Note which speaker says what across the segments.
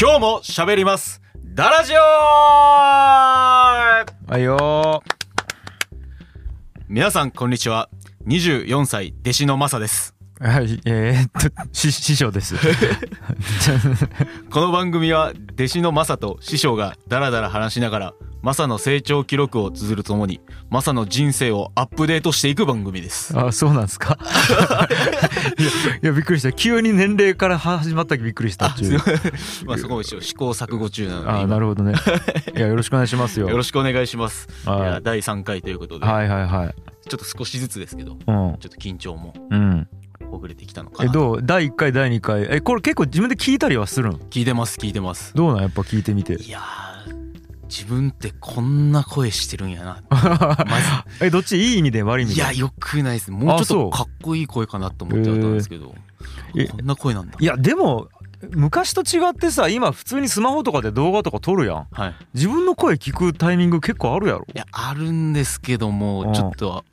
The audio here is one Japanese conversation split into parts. Speaker 1: 今日も喋りますダラジオ
Speaker 2: はいよ
Speaker 1: 皆さんこんにちは24歳弟子のマサです
Speaker 2: ーはいえー、っとし師匠です
Speaker 1: この番組は弟子のマサと師匠がダラダラ話しながらマサの成長記録を綴るとともにマサの人生をアップデートしていく番組です
Speaker 2: あそうなんですかいや いやびっくりした急に年齢から始まったきびっくりしたっていう
Speaker 1: まあそこも一応試行錯誤中なので
Speaker 2: あーなるほどねいやよろしくお願いしますよ
Speaker 1: よろしくお願いしますい
Speaker 2: はい
Speaker 1: や第3回ということでちょ
Speaker 2: はいはいはい
Speaker 1: っと少しずつですけど
Speaker 2: うん
Speaker 1: ちょっと緊張も
Speaker 2: うん
Speaker 1: ほぐれてきたのか
Speaker 2: え
Speaker 1: な
Speaker 2: どう第1回第2回えこれ結構自分で聞いたりはするん
Speaker 1: 聞いてます聞いてます
Speaker 2: どうなんやっぱ聞いてみて
Speaker 1: いやー自分ってこんな声してるんや なま
Speaker 2: えどっちいい意味で悪い意
Speaker 1: ず
Speaker 2: 味
Speaker 1: い
Speaker 2: で
Speaker 1: やよくないですもうちょ
Speaker 2: あ
Speaker 1: っ
Speaker 2: そ
Speaker 1: と
Speaker 2: う
Speaker 1: かっこいい声かなと思ってあったんですけど
Speaker 2: え
Speaker 1: こんな声なんだ
Speaker 2: いやでも昔と違ってさ今普通にスマホとかで動画とか撮るやん
Speaker 1: はい
Speaker 2: 自分の声聞くタイミング結構あるやろ
Speaker 1: いやあるんですけど
Speaker 2: う
Speaker 1: も
Speaker 2: ん
Speaker 1: ちょっとは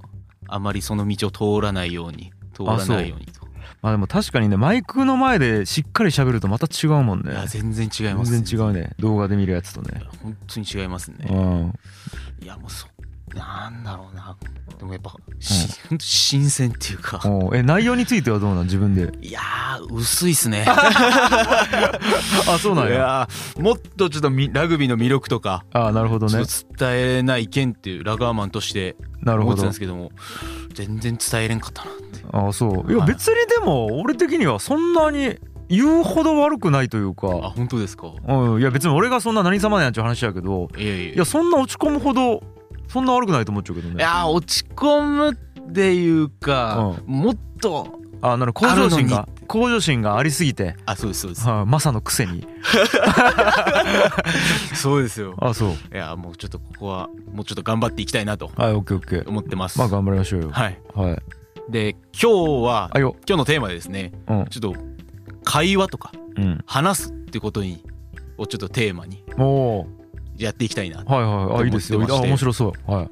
Speaker 1: あまりその道を通らないように通らないようにと
Speaker 2: まあでも確かにねマイクの前でしっかり喋るとまた違うもんね
Speaker 1: いや全然違い
Speaker 2: 全
Speaker 1: ます
Speaker 2: 然違うね動画で見るやつと
Speaker 1: い
Speaker 2: ね
Speaker 1: や本当に違います
Speaker 2: う
Speaker 1: ね
Speaker 2: ん
Speaker 1: いやもうそなんだろうなでもやっぱし、ほんと新鮮っていうか
Speaker 2: おうえ内容についてはどうなん自 分で
Speaker 1: いやー薄いっすね
Speaker 2: あそうなん
Speaker 1: い
Speaker 2: や
Speaker 1: やーもっとちょっとみラグビーの魅力とか
Speaker 2: あなるほど
Speaker 1: ちょ
Speaker 2: ね
Speaker 1: っと伝えない意見っていうラガーマンとして
Speaker 2: なる
Speaker 1: 思
Speaker 2: ほ
Speaker 1: ってたん
Speaker 2: ど
Speaker 1: ですけども全然伝えれんかったなって
Speaker 2: あそういや
Speaker 1: はい
Speaker 2: 別にでも俺的にはそんなに言うほど悪くないという
Speaker 1: あ
Speaker 2: か
Speaker 1: 本当ですか
Speaker 2: うんいや別に俺がそんな何様なんやっちゅう話やけど
Speaker 1: いやいやい
Speaker 2: い
Speaker 1: や
Speaker 2: やそんな落ち込むほどそんな悪くないと思っちゃうけど
Speaker 1: い
Speaker 2: ね
Speaker 1: やー落ち込むっていうか、もっと
Speaker 2: あなるほど向上心
Speaker 1: あ
Speaker 2: が
Speaker 1: るのに
Speaker 2: 向上心がありすぎて
Speaker 1: あそうですそうです
Speaker 2: はいマサのくせに
Speaker 1: そうですよ
Speaker 2: あそう
Speaker 1: いやーもうちょっとここはもうちょっと頑張っていきたいなと
Speaker 2: はいオッケーオッケー
Speaker 1: 思ってます
Speaker 2: まあ頑張りましょうよ
Speaker 1: はい
Speaker 2: はい
Speaker 1: で今日は
Speaker 2: あよ
Speaker 1: 今日のテーマでですね
Speaker 2: うん
Speaker 1: ちょっと会話とか
Speaker 2: うん
Speaker 1: 話すってことにをちょっとテーマに
Speaker 2: おー
Speaker 1: やっていきたいな
Speaker 2: はいはいあいいですよ
Speaker 1: 思ってま
Speaker 2: あ
Speaker 1: して
Speaker 2: 面白そうは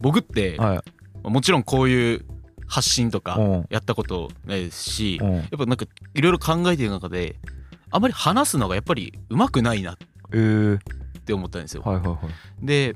Speaker 1: 僕って
Speaker 2: いはい
Speaker 1: もちろんこういう発信とか
Speaker 2: うん
Speaker 1: やったことないですし、
Speaker 2: うん
Speaker 1: やっぱなんかいろいろ考えてる中であまり話すのがやっぱりうまくないなっ
Speaker 2: えー
Speaker 1: て思ったんですよ。
Speaker 2: はいはいはい
Speaker 1: で、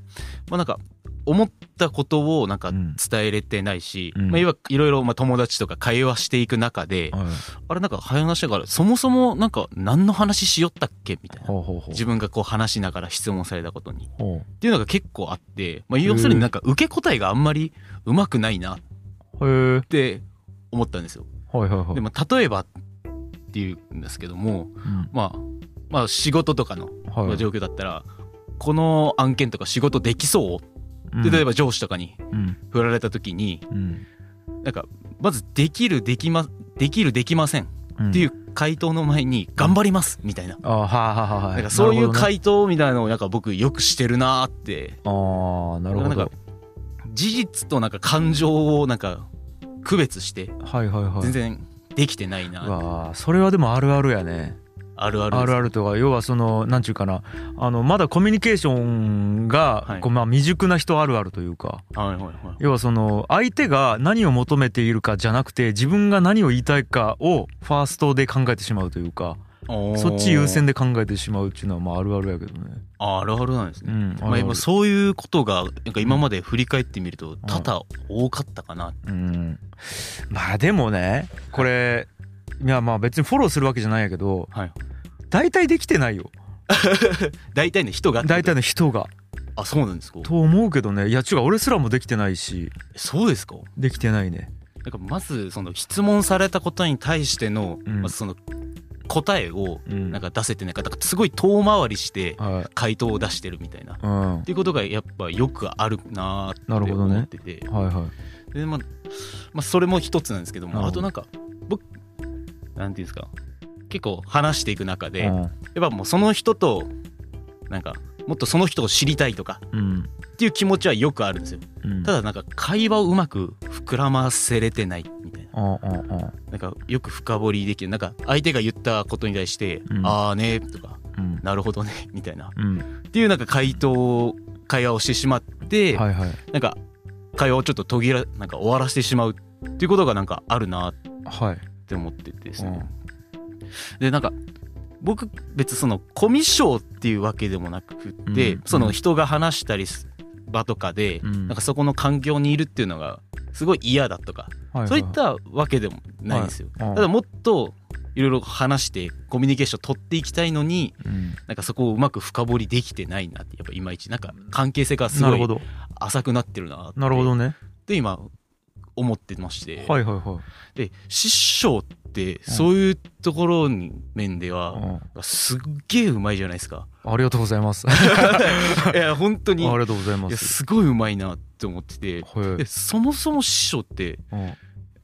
Speaker 1: まあ、なんか思ったことをなんか
Speaker 2: うん
Speaker 1: 伝えれてないし、
Speaker 2: うん
Speaker 1: まあ、いわいろいろまあ友達とか会話していく中で、
Speaker 2: はい
Speaker 1: あれなんか話しながらそもそもなんか何の話しよったっけみたいな
Speaker 2: ほうほうほう
Speaker 1: 自分がこう話しながら質問されたことにっ
Speaker 2: ほう
Speaker 1: ていうのが結構あって、まあ、要するになんか受け答えがあんまりうまくないなっ
Speaker 2: へー
Speaker 1: て思ったんですよ。
Speaker 2: はいはいはい
Speaker 1: でまあ例えばっていうんですけども、
Speaker 2: うん
Speaker 1: まあ、まあ仕事とかの
Speaker 2: はい
Speaker 1: まあ状況だったら、この案件とか仕事できそう
Speaker 2: うん
Speaker 1: で例えば上司とかに
Speaker 2: うん
Speaker 1: 振られた時に
Speaker 2: うん
Speaker 1: なんかまずできるできまできるできません
Speaker 2: うん
Speaker 1: っていう回答の前に頑張りますみたいな。
Speaker 2: あーはいはいはいは
Speaker 1: ないんかそういう
Speaker 2: なる
Speaker 1: 回答みたいなのをなんか僕よくしてるなーって
Speaker 2: ほどねあーなるほ
Speaker 1: なん
Speaker 2: ど
Speaker 1: か事実となんか感情をなんか区別して
Speaker 2: はいはいはい
Speaker 1: 全然できてないな、
Speaker 2: うわーそれはでもあるあるやね
Speaker 1: あるあるです
Speaker 2: あるあるとか要はそのなんちゅうかなあのまだコミュニケーション
Speaker 1: は
Speaker 2: が
Speaker 1: い
Speaker 2: こうまあ未熟な人あるあるというか
Speaker 1: はいはいはい
Speaker 2: 要はその相手が何を求めているかじゃなくて自分が何を言いたいかをファーストで考えてしまうというか
Speaker 1: おー
Speaker 2: そっち優先で考えてしまうっていうのはまああるあるやけどね。
Speaker 1: あるあるなんです
Speaker 2: う
Speaker 1: ね、
Speaker 2: ん、
Speaker 1: まあ、やっ
Speaker 2: あるあ
Speaker 1: ぱ
Speaker 2: る
Speaker 1: そういうことがなんか今まで振り返ってみると多々多かったかな、
Speaker 2: うん、まあでもねこれいやまあ別にフォローするわけじゃないんやけど
Speaker 1: はい、
Speaker 2: 大体できてないよ
Speaker 1: 大体ね人が
Speaker 2: 大体の人が。
Speaker 1: あそうなんですか
Speaker 2: と思うけどねいや違う俺すらもできてないし
Speaker 1: そうですか
Speaker 2: できてないね。
Speaker 1: なんかまずその質問されたことに対しての、
Speaker 2: うん
Speaker 1: まずその答えを
Speaker 2: うん
Speaker 1: なんか出せてないかだからすごい遠回りして
Speaker 2: はい
Speaker 1: 回答を出してるみたいなっ
Speaker 2: うん、は
Speaker 1: ていうことがやっぱよくあるなーって
Speaker 2: なるほどね
Speaker 1: 思ってて、
Speaker 2: いは
Speaker 1: でまあ、まあそれも一つなんですけど
Speaker 2: な
Speaker 1: も
Speaker 2: る
Speaker 1: あ
Speaker 2: ほ
Speaker 1: と
Speaker 2: ど
Speaker 1: なんか僕なんていうんですか結構話していく中
Speaker 2: い。
Speaker 1: で、やっぱもうその人となんかもっとその人を知りたいとか
Speaker 2: うん、
Speaker 1: っていう気持ちはよくあるんですよ
Speaker 2: うん、
Speaker 1: た
Speaker 2: だ、
Speaker 1: だなんか会話をうまく膨らませれてないみたいな
Speaker 2: うんうんうん
Speaker 1: なんかよく深掘りできるなんか相手が言ったことに対して「
Speaker 2: うん
Speaker 1: ああね」とか
Speaker 2: うん
Speaker 1: 「なるほどね」みたいなっ
Speaker 2: うん、
Speaker 1: ていうなんか回答会話をしてしまって、
Speaker 2: はいはい
Speaker 1: なんか会話をちょっと途切らなんか終わらせてしまうっていうことがなんかあるなっ
Speaker 2: はい
Speaker 1: って思っててです
Speaker 2: う
Speaker 1: ね、でなんか僕別そのコミショっていうわけでもなくって、
Speaker 2: うん
Speaker 1: その人が話したりす場とかで、
Speaker 2: うん
Speaker 1: なんかそこの環境にいるっていうのがすごい嫌だとか、
Speaker 2: はいはい
Speaker 1: そういったわけでもないんですよ。
Speaker 2: はい
Speaker 1: ただもっといろいろ話してコミュニケーション取っていきたいのに
Speaker 2: うん
Speaker 1: なんかそこをうまく深掘りできてないなってやっぱいまいちなんか関係性がす
Speaker 2: な
Speaker 1: ご
Speaker 2: るほ
Speaker 1: い
Speaker 2: ど
Speaker 1: 浅くなってるなって
Speaker 2: なるほどね
Speaker 1: で今思ってまして、
Speaker 2: はいはいは
Speaker 1: で師匠ってそういうところに面では、
Speaker 2: いうん
Speaker 1: すっげえうまいじゃないです か
Speaker 2: ありがとうございま すあ
Speaker 1: いや本当に
Speaker 2: り
Speaker 1: い
Speaker 2: がとうございま
Speaker 1: や
Speaker 2: す
Speaker 1: すごいうまいなって思ってて
Speaker 2: はい
Speaker 1: でそもそも師匠って
Speaker 2: うん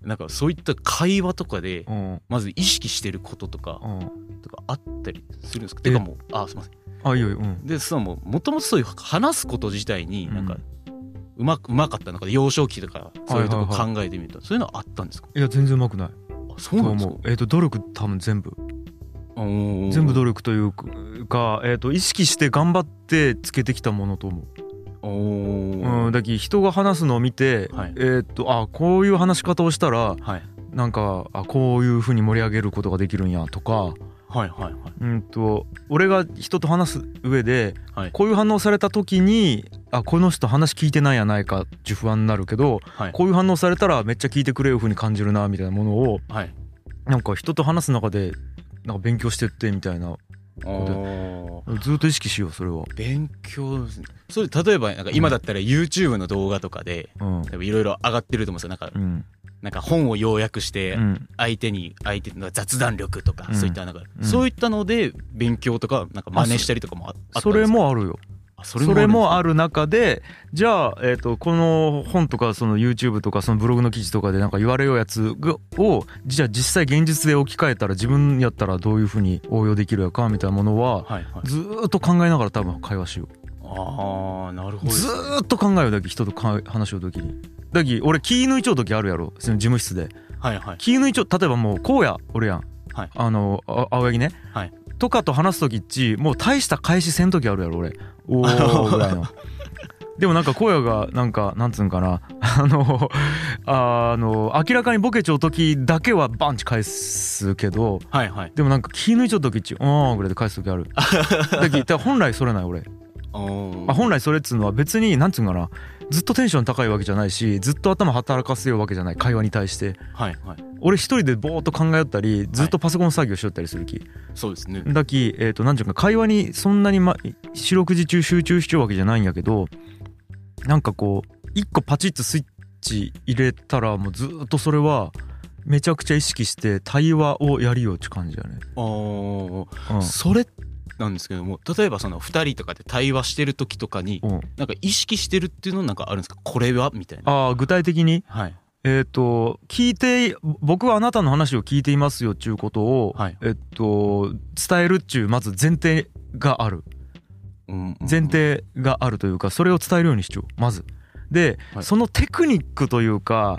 Speaker 1: なんかそういった会話とかで
Speaker 2: うん
Speaker 1: まず意識してることとか
Speaker 2: うん
Speaker 1: とかあったりするんですかてかもうあすいません
Speaker 2: あいいよいいようん
Speaker 1: でそのももともとそういう話すこと自体になんか
Speaker 2: うん
Speaker 1: うまくうまかったのか幼少期とかそういうとこ
Speaker 2: はいはい
Speaker 1: 考えてみるとそういうのはあったんですか
Speaker 2: いや全然うまくない
Speaker 1: あそ
Speaker 2: と
Speaker 1: うなんです
Speaker 2: 思
Speaker 1: か
Speaker 2: うえっと努力多分全部
Speaker 1: おー
Speaker 2: 全部努力というかえっと意識して頑張ってつけてきたものと思う
Speaker 1: お
Speaker 2: うん、
Speaker 1: ー
Speaker 2: だき人が話すのを見て、
Speaker 1: はい
Speaker 2: えーっとあこういう話し方をしたら
Speaker 1: はい
Speaker 2: なんかあこういうふうに盛り上げることができるんやとか、
Speaker 1: はいはいはい
Speaker 2: うん、と俺が人と話す上で、
Speaker 1: はい
Speaker 2: こういう反応された時にあこの人話聞いてないやないかっていう不安になるけど
Speaker 1: はい
Speaker 2: こういう反応されたらめっちゃ聞いてくれよふうに感じるなみたいなものを
Speaker 1: はい
Speaker 2: なんか人と話す中でなんか勉強してってみたいな
Speaker 1: おー
Speaker 2: ずっと意識しようそれは。
Speaker 1: 勉強ですねそれ例えばなんか今だったら YouTube の動画とかで
Speaker 2: うん
Speaker 1: 多分いろいろ上がってると思うんですよなんか
Speaker 2: うん
Speaker 1: なんか本を要約して
Speaker 2: うん
Speaker 1: 相手に相手の雑談力とか
Speaker 2: うん
Speaker 1: そういったなんか
Speaker 2: うん
Speaker 1: そういったので勉強とかなんか真似したりとかもああったんです
Speaker 2: それ
Speaker 1: か
Speaker 2: もあるよ
Speaker 1: あそ
Speaker 2: それも
Speaker 1: あ
Speaker 2: ある中でじゃあ、えー、とこの本とかその YouTube とかそのブログの記事とかでなんか言われようやつがをじゃあ実際現実で置き換えたら自分やったらどういうふうに応用できるやかみたいなものは
Speaker 1: はいはい
Speaker 2: ずーっと考えながら多分会話しよ
Speaker 1: ああなるほ
Speaker 2: う
Speaker 1: ど
Speaker 2: ずーっと考えようだけ人とか話しよう時に。だき俺気抜いちゃう時あるやろその事務室で
Speaker 1: はいはい
Speaker 2: 気抜いちゃう例えばもうこうや俺やん、
Speaker 1: はい
Speaker 2: あのあ青柳ね、
Speaker 1: はい
Speaker 2: とかと話す時っちもう大した返しせん時あるやろ俺おーぐら いのでもなんか荒野がなんかなんつうんかな あのあの明らかにボケちゃう時だけはバンチ返すけど
Speaker 1: はいはい
Speaker 2: でもなんか気抜いちゃう時っち「うん」ぐらいで返す時 あるだけど本来それない俺
Speaker 1: おー
Speaker 2: あ本来それっつうのは別になんつうんかなずっとテンション高いわけじゃないしずっと頭働かせようわけじゃない会話に対して
Speaker 1: はいはい
Speaker 2: 俺一人でぼーっと考えよったりずっとパソコン作業しよったりする気、
Speaker 1: そうですね
Speaker 2: だき、えー、となんていうか会話にそんなに、ま、四六時中集中しちゃうわけじゃないんやけどなんかこう一個パチッとスイッチ入れたらもうずーっとそれはめちゃくちゃ意識して対話をやりようって感じだね。
Speaker 1: おー
Speaker 2: うん
Speaker 1: それなんですけども例えばその2人とかで対話してる時とかに
Speaker 2: うん、
Speaker 1: なんか意識してるっていうのなんかあるんですかこれはみたいな
Speaker 2: ああ具体的に、
Speaker 1: はい
Speaker 2: えー、と聞いて僕はあなたの話を聞いていますよっていうことを、
Speaker 1: はい
Speaker 2: えっと伝えるっていうまず前提がある。
Speaker 1: うんうん
Speaker 2: 前提があるというかそれを伝えるようにしちゃうまずで、
Speaker 1: はい
Speaker 2: そのテクニックというか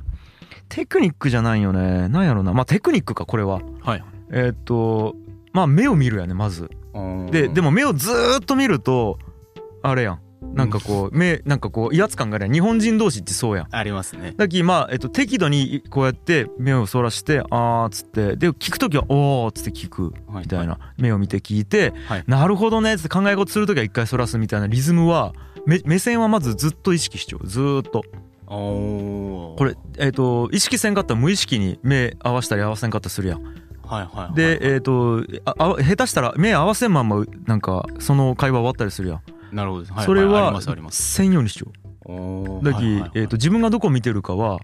Speaker 2: テクニックじゃないよねなんやろなまあテクニックかこれは
Speaker 1: はい
Speaker 2: えーっとまあ目を見るやねまずでで
Speaker 1: も
Speaker 2: も目をずーっと見るとあれやんなんかこう目なんかこう威圧感があるやん日本人同士ってそうやん
Speaker 1: ありますね
Speaker 2: だきまあ、えっと、適度にこうやって目をそらしてあーっつってで聞く時は「おー」っつって聞く
Speaker 1: み
Speaker 2: みたいな目を見て聞いて、
Speaker 1: はい
Speaker 2: なるほどねっつって考え事する時は一回そらすみたいなリズムはめ目線はまずずっと意識しちゃうずーっと
Speaker 1: おー
Speaker 2: これ、えー、と意識せんかったら無意識に目合わせたり合わせんかったりするやん
Speaker 1: はいはいはい
Speaker 2: で、えー、とああ下手したら目合わせんまんまなんかその会話終わったりするやん、
Speaker 1: なるほどです、はい
Speaker 2: それ
Speaker 1: いあり
Speaker 2: は
Speaker 1: ますあります
Speaker 2: 専用にしちゃう
Speaker 1: おー
Speaker 2: だき、
Speaker 1: はいはいはい
Speaker 2: えー、と自分がどこ見てるかは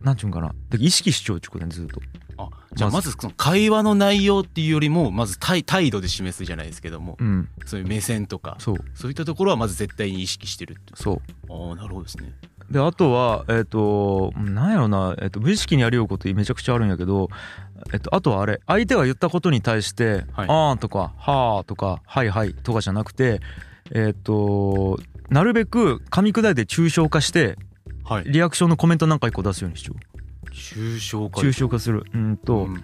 Speaker 2: なんちゅうんかなだき意識しちゃうっちゅうことねずーっと
Speaker 1: あじゃあまずその会話の内容っていうよりもまず態態度で示すじゃないですけども
Speaker 2: うん
Speaker 1: そういう目線とか
Speaker 2: そう
Speaker 1: そういったところはまず絶対に意識してるって
Speaker 2: そう
Speaker 1: ああなるほどですね
Speaker 2: であとはえっ、となんやろな、えっと無意識にやりようことめちゃくちゃあるんやけど、えっとあとはあれ相手が言ったことに対して「
Speaker 1: はい
Speaker 2: あー」とか「はー」とか「はいはい」とかじゃなくてえっ、となるべく噛み砕いて抽象化して
Speaker 1: はい
Speaker 2: リアクションのコメントなんか一個出すようにしよう
Speaker 1: 抽象化
Speaker 2: 抽象化するうんと
Speaker 1: うん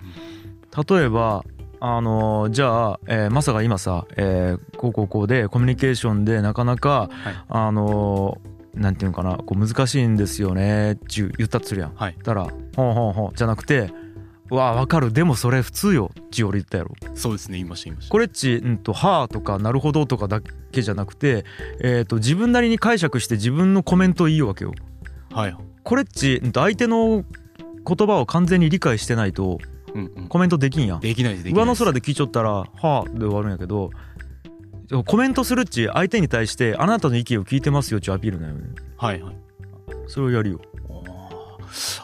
Speaker 2: 例えばあのーじゃあ、えーマサが今さ、えーこうこうこうでコミュニケーションでなかなか、
Speaker 1: い
Speaker 2: あのーなんていうのかなこう難しいんですよねって言ったとするやん。
Speaker 1: はい
Speaker 2: たら「ほんほんほん」じゃなくてうわわかるでもそれ普通よジオリ言ったやろ
Speaker 1: そうですね言いました言いました
Speaker 2: これっち、うん、と「はあ」とか「なるほど」とかだけじゃなくて、えー、と自分なりに解釈して自分のコメントを言いようわけよ
Speaker 1: はい
Speaker 2: これっち、うん、と相手の言葉を完全に理解してないと
Speaker 1: うんうん
Speaker 2: コメントできんやん
Speaker 1: できないですできない
Speaker 2: 上
Speaker 1: で
Speaker 2: の
Speaker 1: す
Speaker 2: 空で聞いちょったら「はあ」で終わるんやけどコメントするっち相手に対して「あなたの意見を聞いてますよ」っちゅうアピールなよね
Speaker 1: はいはい
Speaker 2: それをやるよ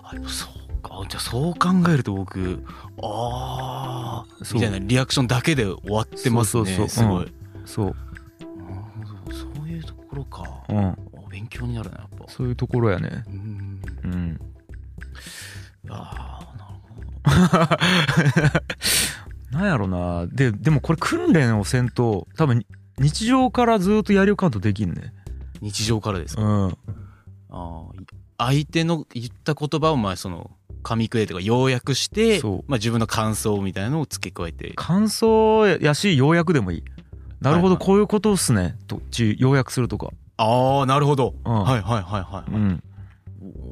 Speaker 1: あでもそうかじゃあそう考えると僕ああ
Speaker 2: そ
Speaker 1: み
Speaker 2: う
Speaker 1: たいなリアクションだけで終わってますね
Speaker 2: そうそうそう
Speaker 1: すごい、
Speaker 2: そう
Speaker 1: うんそうそういうところか、
Speaker 2: うん
Speaker 1: あ勉強になるなやっぱ
Speaker 2: そういうところやね
Speaker 1: うん
Speaker 2: うん
Speaker 1: ああなるほど
Speaker 2: なんやろなででもこれ訓練をせんと多分日常からずっとやりよかんとできんね
Speaker 1: 日常からですか、
Speaker 2: うん
Speaker 1: ああ相手の言った言葉をまあその噛み砕いてとか要約して
Speaker 2: そう
Speaker 1: まあ、自分の感想みたいなのを付け加えて
Speaker 2: 感想やし要約でもいいなるほど
Speaker 1: はいはい
Speaker 2: こういうことっすねとち要約するとか
Speaker 1: ああなるほど、
Speaker 2: うん
Speaker 1: はいはいはいはい、
Speaker 2: うん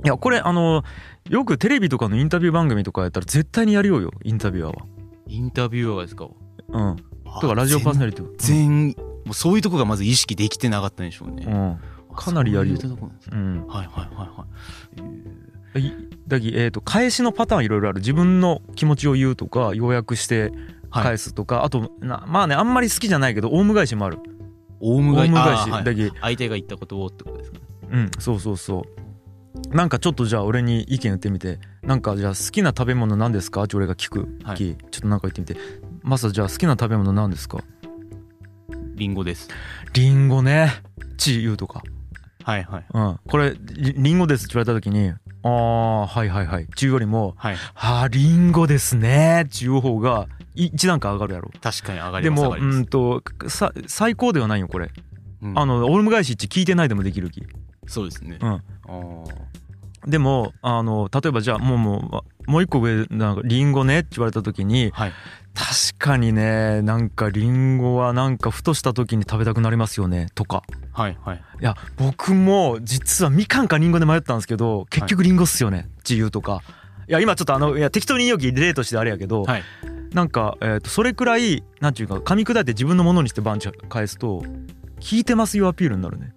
Speaker 2: いやこれあのよくテレビとかのインタビュー番組とかやったら絶対にやるようよインタビュアー
Speaker 1: インタビュアーがですか
Speaker 2: はうんとかラジオパーソナリティは
Speaker 1: 全員もうそういうとこがまず意識できてなかったんでしょうね、
Speaker 2: うんかなりやるよ
Speaker 1: そういうとこなんですね
Speaker 2: うん
Speaker 1: はいはいはいはいえ
Speaker 2: いだきえーと返しのパターンいろいろある自分の気持ちを言うとか要約して
Speaker 1: ーはい
Speaker 2: 返すとか、あとなまあねあんまり好きじゃないけどオウム返しもある
Speaker 1: オウム返し
Speaker 2: オウム返し
Speaker 1: あーはい
Speaker 2: だけ
Speaker 1: 相手が言ったことをってことですかね
Speaker 2: うんそうそうそうなんかちょっとじゃあ俺に意見言ってみてなんかじゃあ好きな食べ物何ですかって俺が聞く、
Speaker 1: はい
Speaker 2: きちょっとなんか言ってみてマサじゃあ好きな食べ物何ですか
Speaker 1: リンゴです
Speaker 2: リンゴねち言うとか
Speaker 1: はいはい
Speaker 2: うんこれリリンゴですって言われた時にああはいはいはいちゅうよりも
Speaker 1: はい
Speaker 2: あーリンゴですねちゅう方がい一段階上がるやろ
Speaker 1: 確かに上がり
Speaker 2: で
Speaker 1: ます上
Speaker 2: も
Speaker 1: が
Speaker 2: う
Speaker 1: ります
Speaker 2: んとさ最高ではないよこれ、
Speaker 1: うん
Speaker 2: あのオウム返しって聞いてないでもできる気
Speaker 1: そうですね
Speaker 2: うん
Speaker 1: あー
Speaker 2: でもあの例えばじゃあもうもうもう一個上なんかリンゴねって言われた時に
Speaker 1: はい
Speaker 2: 確かにねなんかリンゴはなんかふとした時に食べたくなりますよねとか
Speaker 1: はいはい
Speaker 2: いや僕も実はみかんかリンゴで迷ったんですけど結局リンゴっすよねっていうとかいや今ちょっとあのいや適当に言いよき例としてあれやけど、
Speaker 1: はい
Speaker 2: なんか、えー、とそれくらいなんていうか噛み砕いて自分のものにしてバンチ返すと聞いてますよアピールになるね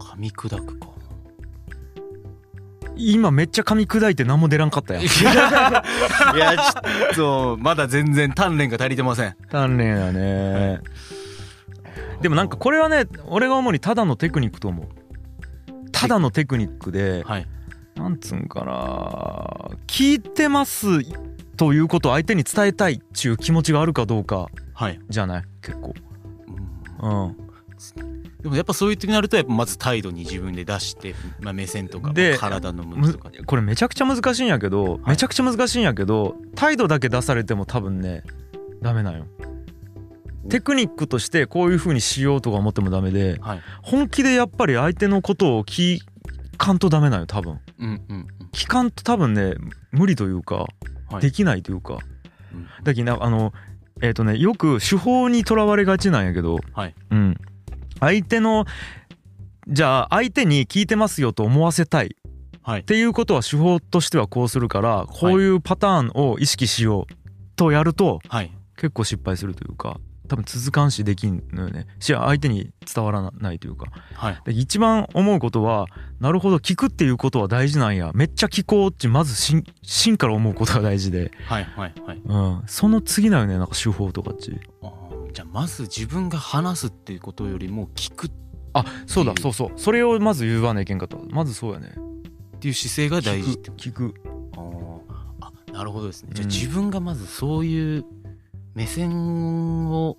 Speaker 1: 噛み砕くか
Speaker 2: 今めっちゃ噛み砕いて何も出らんかったやん
Speaker 1: いやちょっとまだ全然鍛錬が足りてません
Speaker 2: 鍛錬やねでもなんかこれはね俺が主にただのテクニックと思うただのテクニックで
Speaker 1: はい
Speaker 2: なんつうんかな聞いてますということを相手に伝えたいっていう気持ちがあるかどうか
Speaker 1: はい、
Speaker 2: じゃない結構
Speaker 1: うん
Speaker 2: う
Speaker 1: でもやっぱそういう時になるとやっぱまず態度に自分で出して、まあ、目線とか
Speaker 2: で
Speaker 1: 体の向
Speaker 2: む
Speaker 1: きとか
Speaker 2: これめちゃくちゃ難しいんやけど、めちゃくちゃ難しいんやけど態度だけ出されても多分ねダメなんよテクニックとしてこういう風にしようとか思ってもダメで
Speaker 1: はい
Speaker 2: 本気でやっぱり相手のことを聞かんとダメなんよ多分
Speaker 1: うんうんうん
Speaker 2: 聞かんと多分ね無理というか、
Speaker 1: はい
Speaker 2: できないというか
Speaker 1: うん
Speaker 2: だけどなあのえっ、とねよく手法にとらわれがちなんやけど、
Speaker 1: はい
Speaker 2: うん、相手のじゃあ相手に聞いてますよと思わせたい
Speaker 1: はい
Speaker 2: っていうことは手法としてはこうするからこういうパターンを意識しようとやると
Speaker 1: はい
Speaker 2: 結構失敗するというか多分続かんしできんのよねし相手に伝わらないというか
Speaker 1: はい
Speaker 2: で一番思うことはなるほど聞くっていうことは大事なんやめっちゃ聞こうってまずしん芯から思うことが大事で、
Speaker 1: はいはいはい
Speaker 2: うん、その次だよねなんか手法とかっち
Speaker 1: あーじゃあまず自分が話すっていうことよりも聞くっ
Speaker 2: あそうだ
Speaker 1: うん
Speaker 2: そうそうそれをまず言わねえけんかとまずそうやね
Speaker 1: ていう姿勢が大事って
Speaker 2: 聞く聞く
Speaker 1: ことあーあなるほどですねじゃあ
Speaker 2: うん
Speaker 1: 自分がまずそういう目線を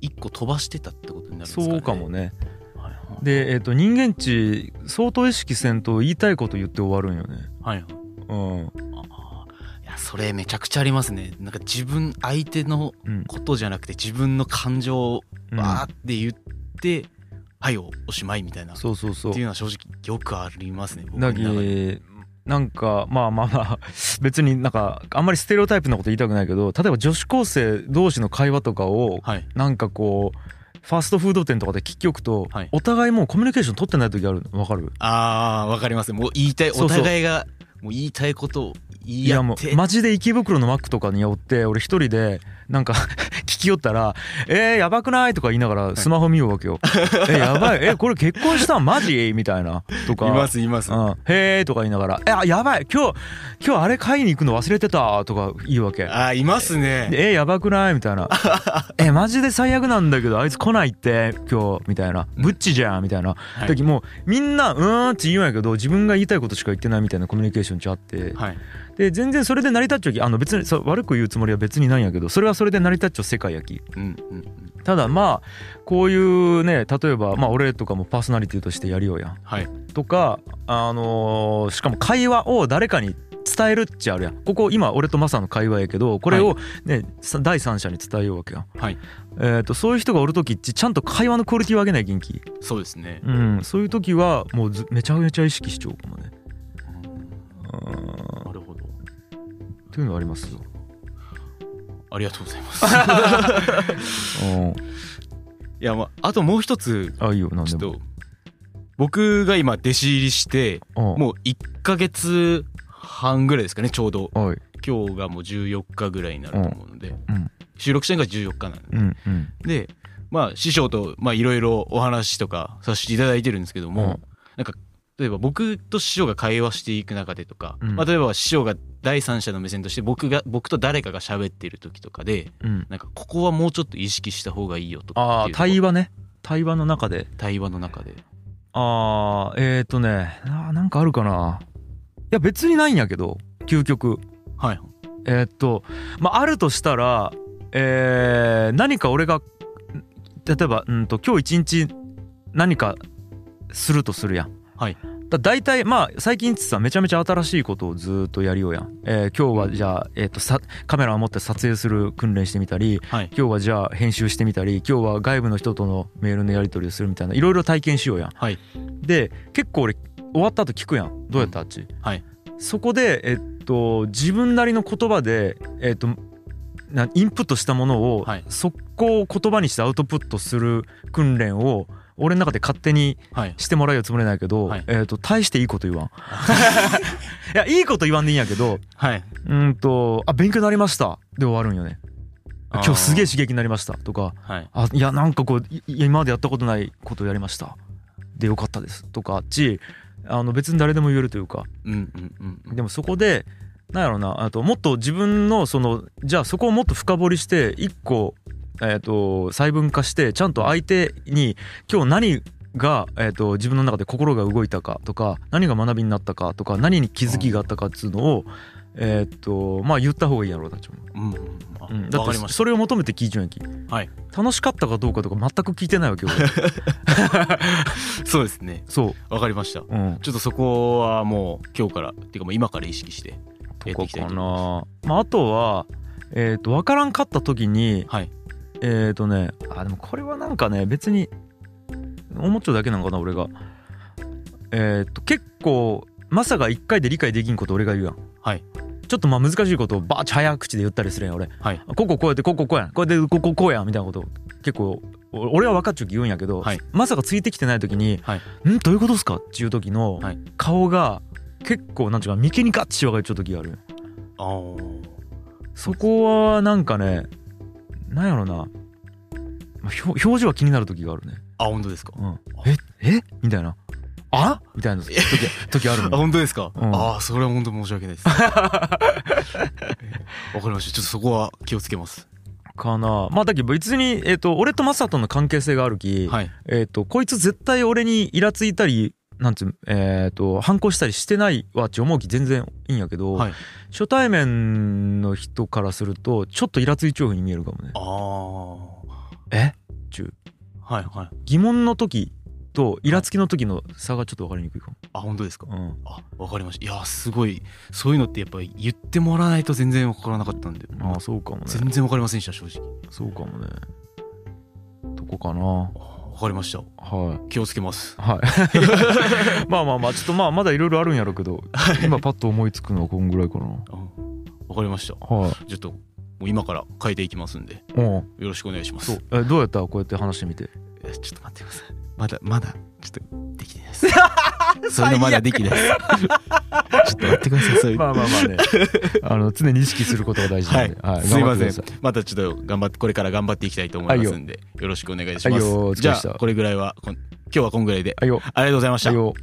Speaker 1: 一個飛ばしてたってことになるんですかね
Speaker 2: そうかもね
Speaker 1: はいはい
Speaker 2: で、えっと人間値相当意識せんと言いたいこと言って終わるんよね
Speaker 1: はいはい
Speaker 2: うん
Speaker 1: あーいやそれめちゃくちゃありますねなんか自分相手の
Speaker 2: うん
Speaker 1: ことじゃなくて自分の感情を
Speaker 2: うん
Speaker 1: わーって言って、はいおおしまいみたいな
Speaker 2: そうそうそう
Speaker 1: っていうのは正直よくありますね僕の
Speaker 2: だ
Speaker 1: 中で
Speaker 2: けなんかまあまあまあ別になんかあんまりステレオタイプなこと言いたくないけど例えば女子高生同士の会話とかを
Speaker 1: はい
Speaker 2: なんかこうファストフード店とかで聞きおくと、
Speaker 1: はい
Speaker 2: お互いもうコミュニケーション取ってない時あるの分かる
Speaker 1: あーわかりますもう言いたい
Speaker 2: そう
Speaker 1: お
Speaker 2: そう
Speaker 1: 互いがもう言いたいことを言
Speaker 2: い
Speaker 1: い
Speaker 2: や
Speaker 1: 合
Speaker 2: も
Speaker 1: って
Speaker 2: うマジで池袋のマックとかに寄って俺一人でなんか 聞き寄ったら「えー、やばくない?」とか言いながらスマホ見ようわけよ「えやばいえこれ結婚したんマジ?」みたいなとか
Speaker 1: いますいます、
Speaker 2: うん、へーとか言いながら「えあやばい今日今日あれ買いに行くの忘れてた」とか言うわけ「
Speaker 1: あいますね
Speaker 2: えやばくない?」みたいな「えマジで最悪なんだけどあいつ来ないって今日」みたいな「ブッチじゃん」みたいな
Speaker 1: はい
Speaker 2: 時もうみんな「うーん」って言うんやけど自分が言いたいことしか言ってないみたいなコミュニケーションちゃって
Speaker 1: はい
Speaker 2: で全然それで成り立っちゃうきあの別にそう悪く言うつもりは別にないんやけどそれはそれで成り立っちゃう世界やき
Speaker 1: うんうんうん
Speaker 2: ただまあこういうね例えばまあ俺とかもパーソナリティとしてやりようやん
Speaker 1: はい
Speaker 2: とか、あのーしかも会話を誰かに伝えるっちゃあるやんここ今俺とマサの会話やけどこれを、ねさ第三者に伝えようわけやん、
Speaker 1: はい
Speaker 2: えー、とそういう人がおる時ってちゃんと会話のクオリティを上げない元気、
Speaker 1: そうですね
Speaker 2: うん、そういう時はもうずめちゃめちゃ意識しちゃうかもねうん
Speaker 1: なるほど
Speaker 2: というのはありますよ、
Speaker 1: ありがとうございます
Speaker 2: うん、
Speaker 1: いやまああともう一つ
Speaker 2: あいいよ何
Speaker 1: ち
Speaker 2: で
Speaker 1: ょっ
Speaker 2: も
Speaker 1: と僕が今弟子入りして
Speaker 2: も
Speaker 1: もう1ヶ月半ぐらいですかねちょうど
Speaker 2: うんはい
Speaker 1: 今日がもう14日ぐらいになると思うので、
Speaker 2: うん
Speaker 1: 収録したのが14日なんで,、
Speaker 2: うんうん
Speaker 1: でまあ師匠とまあいろいろお話とかさせていただいてるんですけども、
Speaker 2: うん
Speaker 1: なんか例えば僕と師匠が会話していく中でとか、
Speaker 2: うん
Speaker 1: まあ、例えば師匠が第三者の目線として僕が僕と誰かが喋ってる時とかで
Speaker 2: うん
Speaker 1: なんかここはもうちょっと意識した方がいいよとかっ
Speaker 2: ああ
Speaker 1: ていう
Speaker 2: 対話ね対話の中で
Speaker 1: 対話の中で
Speaker 2: あーえー、とねななんかあるかないや別にないんやけど究極
Speaker 1: はい
Speaker 2: えー、っとまああるとしたらえー何か俺がん例えばうんと今日一日何かするとするやん。
Speaker 1: はい
Speaker 2: だ大体まあ最近つさめちゃめちゃ新しいことをずーっとやりようやん、えー今日はじゃあ、えー、とさカメラを持って撮影する訓練してみたり、
Speaker 1: はい
Speaker 2: 今日はじゃあ編集してみたり今日は外部の人とのメールのやり取りをするみたいないろいろ体験しようやん。
Speaker 1: はい
Speaker 2: で結構俺終わった後聞くやんどうやったあっち、
Speaker 1: はい
Speaker 2: そこで、えっと、自分なりの言葉で、えっと、なインプットしたものを、
Speaker 1: はい
Speaker 2: 速攻言葉にしてアウトプットする訓練を俺の中で勝手に
Speaker 1: はい
Speaker 2: してもらうよつもりないけど、
Speaker 1: はい
Speaker 2: えっと大していいこと言わん。いやいいこと言わんでいいんやけど
Speaker 1: はい
Speaker 2: うんと「あ勉強になりました」で終わるんよね。今日すげえ刺激になりましたとか
Speaker 1: はい
Speaker 2: あいやなんかこういいや今までやったことないことをやりましたでよかったですとかあっちあの別に誰でも言えるというか
Speaker 1: うんうんうんうん
Speaker 2: でもそこでなんやろうなあともっと自分のそのじゃあそこをもっと深掘りして一個、えー、と細分化してちゃんと相手に今日何が、えー、と自分の中で心が動いたかとか何が学びになったかとか何に気づきがあったかっつうのを、えー、とまあ言った方がいいやろうなちょ
Speaker 1: うんうんあ
Speaker 2: うん、だ
Speaker 1: わ
Speaker 2: っ
Speaker 1: か
Speaker 2: て
Speaker 1: りました
Speaker 2: それを求めて聞いちゃうやんき、
Speaker 1: はい
Speaker 2: 楽しかったかどうかとか全く聞いてないわけよ 俺
Speaker 1: そうですね
Speaker 2: そ
Speaker 1: わかりました
Speaker 2: う、うん、
Speaker 1: ちょっとそこはもう今日からっていうかもう今から意識して
Speaker 2: とか
Speaker 1: やっていきたい
Speaker 2: か
Speaker 1: と
Speaker 2: なまあ、あとは、えー、と分からんかった時に
Speaker 1: はい
Speaker 2: えー、とねあでもこれはなんかね別に思っちゃうだけなのかな俺がえー、と結構マサが1回で理解できんこと俺が言うやん
Speaker 1: はい
Speaker 2: ちょっとまあ難しいことをバーッ早口で言ったりするやん俺
Speaker 1: はい
Speaker 2: こここうやってこここうやんこれでこここうやんみたいなこと結構お俺は分かっちゃうき言うんやけど、
Speaker 1: はい
Speaker 2: まさかついてきてない時に「
Speaker 1: はい
Speaker 2: んどういうことっすか?」っていう時の
Speaker 1: はい
Speaker 2: 顔が結構なんちゅうか眉間にガッチしわがいっちゃう時がある
Speaker 1: あー
Speaker 2: そこはなんかねなんやろな、まあ、表表情は気になる時があるね、
Speaker 1: あ本当ですか
Speaker 2: うん、ええみたいな「あみたいな時時ある
Speaker 1: あ
Speaker 2: の
Speaker 1: 本当ですか、
Speaker 2: うん
Speaker 1: ああそれは本当申し訳ないですわかりましたちょっとそこは気をつけます
Speaker 2: かなまあだけど別に、えー、と俺とマサとの関係性があるき、
Speaker 1: はい
Speaker 2: えー、とこいつ絶対俺にイラついたりなんつうえー、と反抗したりしてないわって思う気全然いいんやけど、
Speaker 1: はい
Speaker 2: 初対面の人からするとちょっとイラついちゃうふうに見えるかもね
Speaker 1: あ。あ
Speaker 2: え
Speaker 1: はいはい
Speaker 2: 疑問の時とイラつきの時の差がちょっと分かりにくいか
Speaker 1: あ本当ですか
Speaker 2: も。うん
Speaker 1: あわかりましたいやーすごいそういうのってやっぱり言ってもらわないと全然わからなかったんで
Speaker 2: ああそうかもね
Speaker 1: 全然わかりませんでした正直
Speaker 2: そうかもねどこかな
Speaker 1: あーわかりました
Speaker 2: はい
Speaker 1: 気をつけます
Speaker 2: はい まあまあまあちょっとまあまだいろいろあるんやろうけど今パッと思いつくのはこんぐらいかな
Speaker 1: あわかりました
Speaker 2: はい
Speaker 1: ちょっともう今から変えていきますんで
Speaker 2: うん
Speaker 1: よろしくお願いします
Speaker 2: そうえどうやったこうやって話してみて
Speaker 1: えちょっと待ってくださいまだまだちょっとできてないですそういうのまだできないですちょっと待ってくださいそういう
Speaker 2: まあまあま あねあの常に意識することが大事なんで、
Speaker 1: はい
Speaker 2: はい
Speaker 1: すいませ
Speaker 2: 頑張ってくださ
Speaker 1: んまたちょっと頑張ってこれから頑張っていきたいと思いますんでよろしくお願いしま
Speaker 2: はい
Speaker 1: す、
Speaker 2: よお疲れ様
Speaker 1: じ
Speaker 2: で
Speaker 1: ゃ
Speaker 2: した
Speaker 1: あこれぐらいはこん今日はこんぐらいで
Speaker 2: はいよ
Speaker 1: ありがとうございました
Speaker 2: はいよ